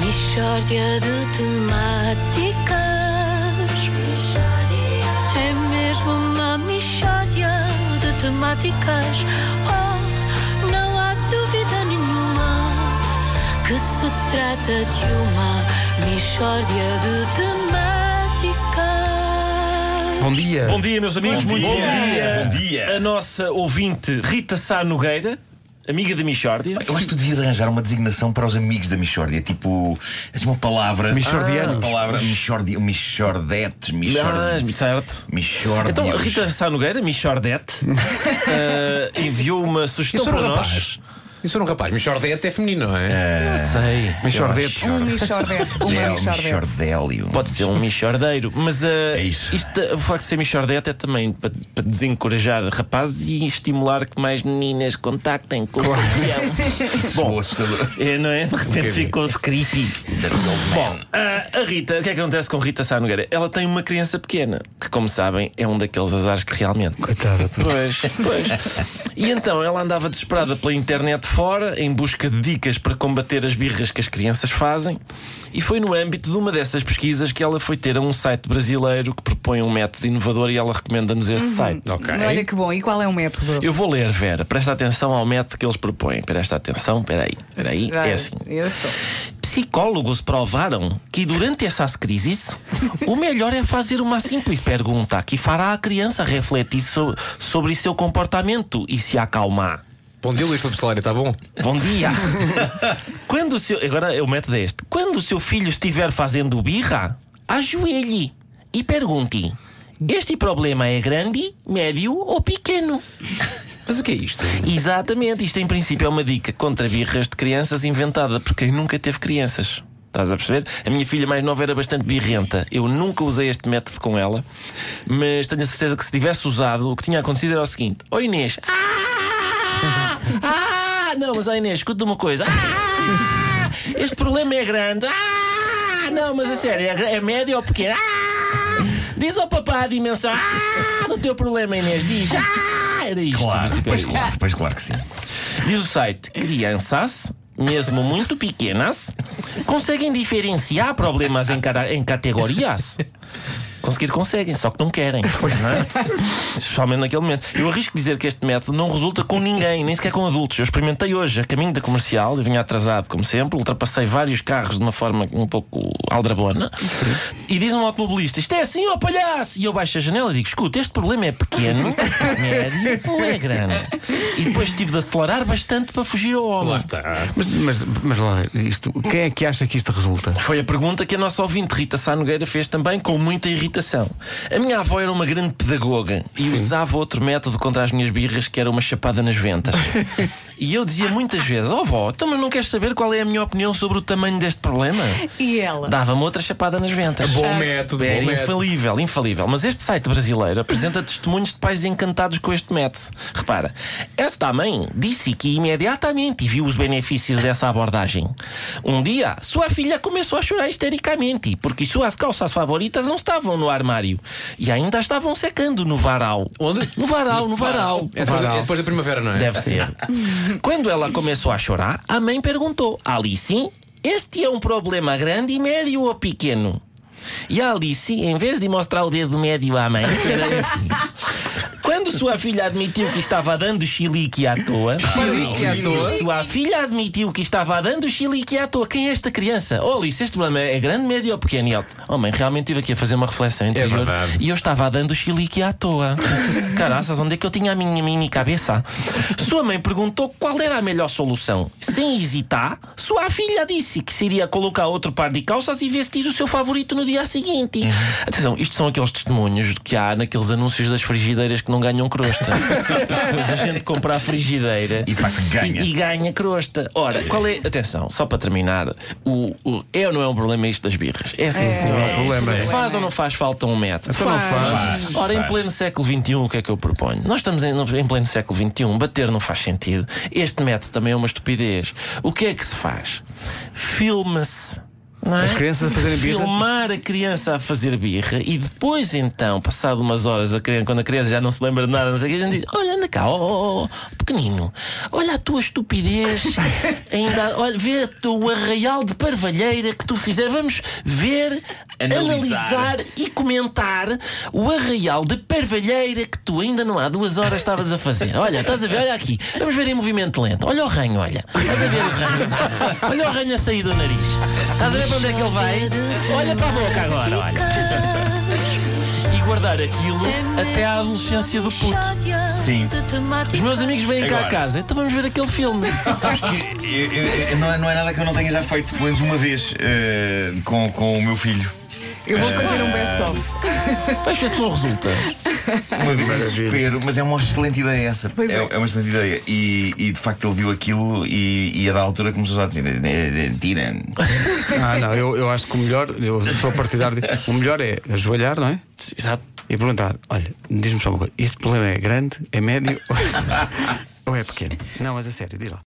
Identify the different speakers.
Speaker 1: Michórdia de temáticas. É mesmo uma michórdia de temáticas. Oh, não há dúvida nenhuma que se trata de uma michórdia de temáticas.
Speaker 2: Bom dia.
Speaker 3: Bom dia, meus amigos.
Speaker 4: Bom
Speaker 3: Muito
Speaker 4: dia. Bom dia.
Speaker 3: A nossa ouvinte Rita Sá Nogueira, amiga de Michórdia.
Speaker 4: Eu acho que tu devias arranjar uma designação para os amigos da Michórdia, tipo, assim, uma palavra.
Speaker 2: Michordianos.
Speaker 4: Uma palavra Michordi, Michordetes,
Speaker 3: Ah,
Speaker 4: Michord,
Speaker 3: certo.
Speaker 4: Michordios.
Speaker 3: Então, a Rita Sá Nogueira, Michordete, eh, enviou uma sugestão
Speaker 2: Isso era
Speaker 3: para
Speaker 2: um
Speaker 3: nós.
Speaker 2: rapaz. Isso era um rapaz. Michordete é feminino, não é?
Speaker 3: Não sei.
Speaker 2: Michordete.
Speaker 4: Um
Speaker 5: Um Michordete.
Speaker 3: é
Speaker 5: Uma
Speaker 4: Del-
Speaker 5: Michordete.
Speaker 4: Michordélio.
Speaker 3: Pode ser um Michordeiro. Mas eh,
Speaker 4: É isso.
Speaker 3: isto, o facto de ser Michordete é também para, para desencorajar rapazes e estimular que mais meninas contactem com o campeão.
Speaker 4: Bom,
Speaker 3: Bom,
Speaker 4: assustador.
Speaker 3: eh, não é? De repente ficou creepy.
Speaker 4: The Real Man.
Speaker 3: Bom, a, a Rita, o que é que acontece com Rita Sá Nogueira? Ela tem uma criança pequena, que, como sabem, é um daqueles azares que realmente.
Speaker 2: Coitada.
Speaker 3: Pois, pois. E então ela andava desesperada pela internet fora, em busca de dicas para combater as birras que as crianças fazem, e foi no âmbito de uma dessas pesquisas que ela foi ter a um site brasileiro que propõe um método inovador e ela recomenda-nos esse site.
Speaker 2: Ok.
Speaker 5: Olha que bom. E qual é o método?
Speaker 3: Eu vou ler, Vera, presta atenção ao método que eles propõem. Presta atenção, peraí, peraí.
Speaker 5: Já-
Speaker 3: É assim.
Speaker 5: Eu estou.
Speaker 3: Psicólogos provaram que durante essas crises, o melhor é fazer uma simples pergunta que fará a criança refletir so- sobre seu comportamento e se acalmar.
Speaker 2: Bom dia, Luís Filipe Solário, está bom?
Speaker 3: Bom dia! Quando o seu. Agora o método é este. Quando o seu filho estiver fazendo birra, ajoelhe e pergunte: Este problema é grande, médio ou pequeno?
Speaker 2: Mas o que é isto?
Speaker 3: Exatamente, isto em princípio é uma dica contra birras de crianças inventada por quem nunca teve crianças. Estás a perceber? A minha filha mais nova era bastante birrenta. Eu nunca usei este método com ela, mas tenho a certeza que se tivesse usado, o que tinha acontecido era o seguinte: Oi Inês! Ah! Ah! Não, mas ó Inês, escuta uma coisa. Ah! Este problema é grande. Ah! Não, mas a sério, é, gra- é médio ou pequeno? Ah! Diz ao papá a dimensão ah! do teu problema, Inês. Diz. Ah! Era isto.
Speaker 4: Claro,
Speaker 3: mas era
Speaker 4: pois
Speaker 3: isto.
Speaker 4: claro, pois claro que sim.
Speaker 3: Diz o site: crianças, mesmo muito pequenas, conseguem diferenciar problemas em, cara- em categorias? Conseguir conseguem, só que não querem. não é? Especialmente naquele momento. Eu arrisco dizer que este método não resulta com ninguém, nem sequer com adultos. Eu experimentei hoje, a caminho da comercial, eu vinha atrasado, como sempre, ultrapassei vários carros de uma forma um pouco aldrabona. E diz um automobilista: Isto é assim, ó palhaço! E eu baixo a janela e digo: Escuta, este problema é pequeno, médio ou é grande? E depois tive de acelerar bastante para fugir ao homem.
Speaker 2: Lá está.
Speaker 6: Mas, mas, mas lá, isto, quem é que acha que isto resulta?
Speaker 3: Foi a pergunta que a nossa ouvinte Rita Sá Nogueira fez também com muita irritação. A minha avó era uma grande pedagoga e usava outro método contra as minhas birras que era uma chapada nas ventas. e eu dizia muitas vezes: Ó avó, então mas não queres saber qual é a minha opinião sobre o tamanho deste problema?
Speaker 5: E ela?
Speaker 3: Dava-me outra chapada nas ventas.
Speaker 2: É
Speaker 3: Ah.
Speaker 2: Bom método, bom
Speaker 3: Era
Speaker 2: método.
Speaker 3: infalível, infalível. Mas este site brasileiro apresenta testemunhos de pais encantados com este método. Repara, esta mãe disse que imediatamente viu os benefícios dessa abordagem. Um dia, sua filha começou a chorar histericamente porque suas calças favoritas não estavam no armário e ainda estavam secando no varal. Onde? No varal, no varal.
Speaker 2: É depois, é depois da primavera, não é?
Speaker 3: Deve ser. Quando ela começou a chorar, a mãe perguntou: Alice, este é um problema grande, médio ou pequeno? E a Alice, em vez de mostrar o dedo médio à mãe, quando sua filha admitiu que estava dando chilique à toa,
Speaker 2: Chilique à toa?
Speaker 3: sua filha admitiu que estava dando chilique à toa. Quem é esta criança? Oh, Alice, este problema é grande, médio ou pequeno? E ela, oh, mãe, realmente estive aqui a fazer uma reflexão interior
Speaker 2: verdade.
Speaker 3: e eu estava dando chilique à toa. Caraças, onde é que eu tinha a minha mini cabeça? Sua mãe perguntou qual era a melhor solução. Sem hesitar, sua filha disse que seria colocar outro par de calças e vestir o seu favorito no dia seguinte. Atenção, isto são aqueles testemunhos que há naqueles anúncios das frigideiras que não ganham crosta. Mas a gente compra a frigideira
Speaker 4: E de facto ganha.
Speaker 3: e, e ganha crosta. Ora, qual é. Atenção, só para terminar, o, o- é ou não é um problema isto das birras? É sim, senhor.
Speaker 6: é um problema.
Speaker 3: Faz ou não faz falta um método?
Speaker 6: Então não faz.
Speaker 3: Ora, em
Speaker 4: Faz.
Speaker 3: pleno século XXI, o que é que eu proponho? Nós estamos em, em pleno século XXI, bater não faz sentido. Este método também é uma estupidez. O que é que se faz? Filma-se. não é?
Speaker 6: As crianças a fazerem birra?
Speaker 3: Filmar a criança a fazer birra e depois então, passado umas horas, a criança, quando a criança já não se lembra de nada, não sei o que, a gente diz: Olha, anda cá, ó, ó, ó, pequenino, olha a tua estupidez, ainda, olha, vê o arraial de parvalheira que tu fizer. Vamos ver,
Speaker 4: Analisar.
Speaker 3: analisar e comentar o arraial de parvalheira que tu ainda não há duas horas estavas a fazer. Olha, estás a ver, olha aqui, vamos ver em movimento lento. Olha o ranho, olha. Estás a ver o ranho. Olha o ranho a sair do nariz. Estás a ver para onde é que ele vai? Olha para a boca agora, olha. E guardar aquilo até à adolescência do puto.
Speaker 4: Sim.
Speaker 3: Os meus amigos vêm cá
Speaker 4: Agora.
Speaker 3: a casa, então vamos ver aquele filme.
Speaker 4: Sabes que eu- eu- eu- não, é, não é nada que eu não tenha já feito pelo menos uma vez eh, com, com o meu filho.
Speaker 5: Eu vou fazer um best-of.
Speaker 3: Vais ver se não resulta.
Speaker 4: Uma vez em desespero, mas é uma excelente ideia essa.
Speaker 5: Pois é.
Speaker 4: É, é uma excelente ideia. E, e, de facto ele viu aquilo e, e a da altura começou já a dizer: "Eh, eh, Tira.
Speaker 6: Ah, não, eu, eu acho que o melhor, eu sou partidário. de- O melhor é ajoelhar, não é?
Speaker 3: Exato.
Speaker 6: E perguntar: olha, diz-me só uma coisa, este problema é grande, é médio ou é- ou é pequeno? Não, mas a sério, diz lá.